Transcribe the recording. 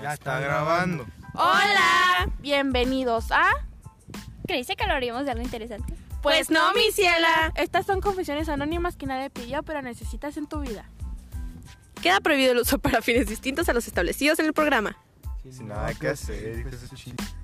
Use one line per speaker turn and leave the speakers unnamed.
Ya está grabando.
Hola, bienvenidos a
Creíste que hablaríamos de algo interesante.
Pues no, mi ciela. Estas son confesiones anónimas que nadie pidió, pero necesitas en tu vida.
Queda prohibido el uso para fines distintos a los establecidos en el programa.
Sin nada que hacer. hijo de su chi-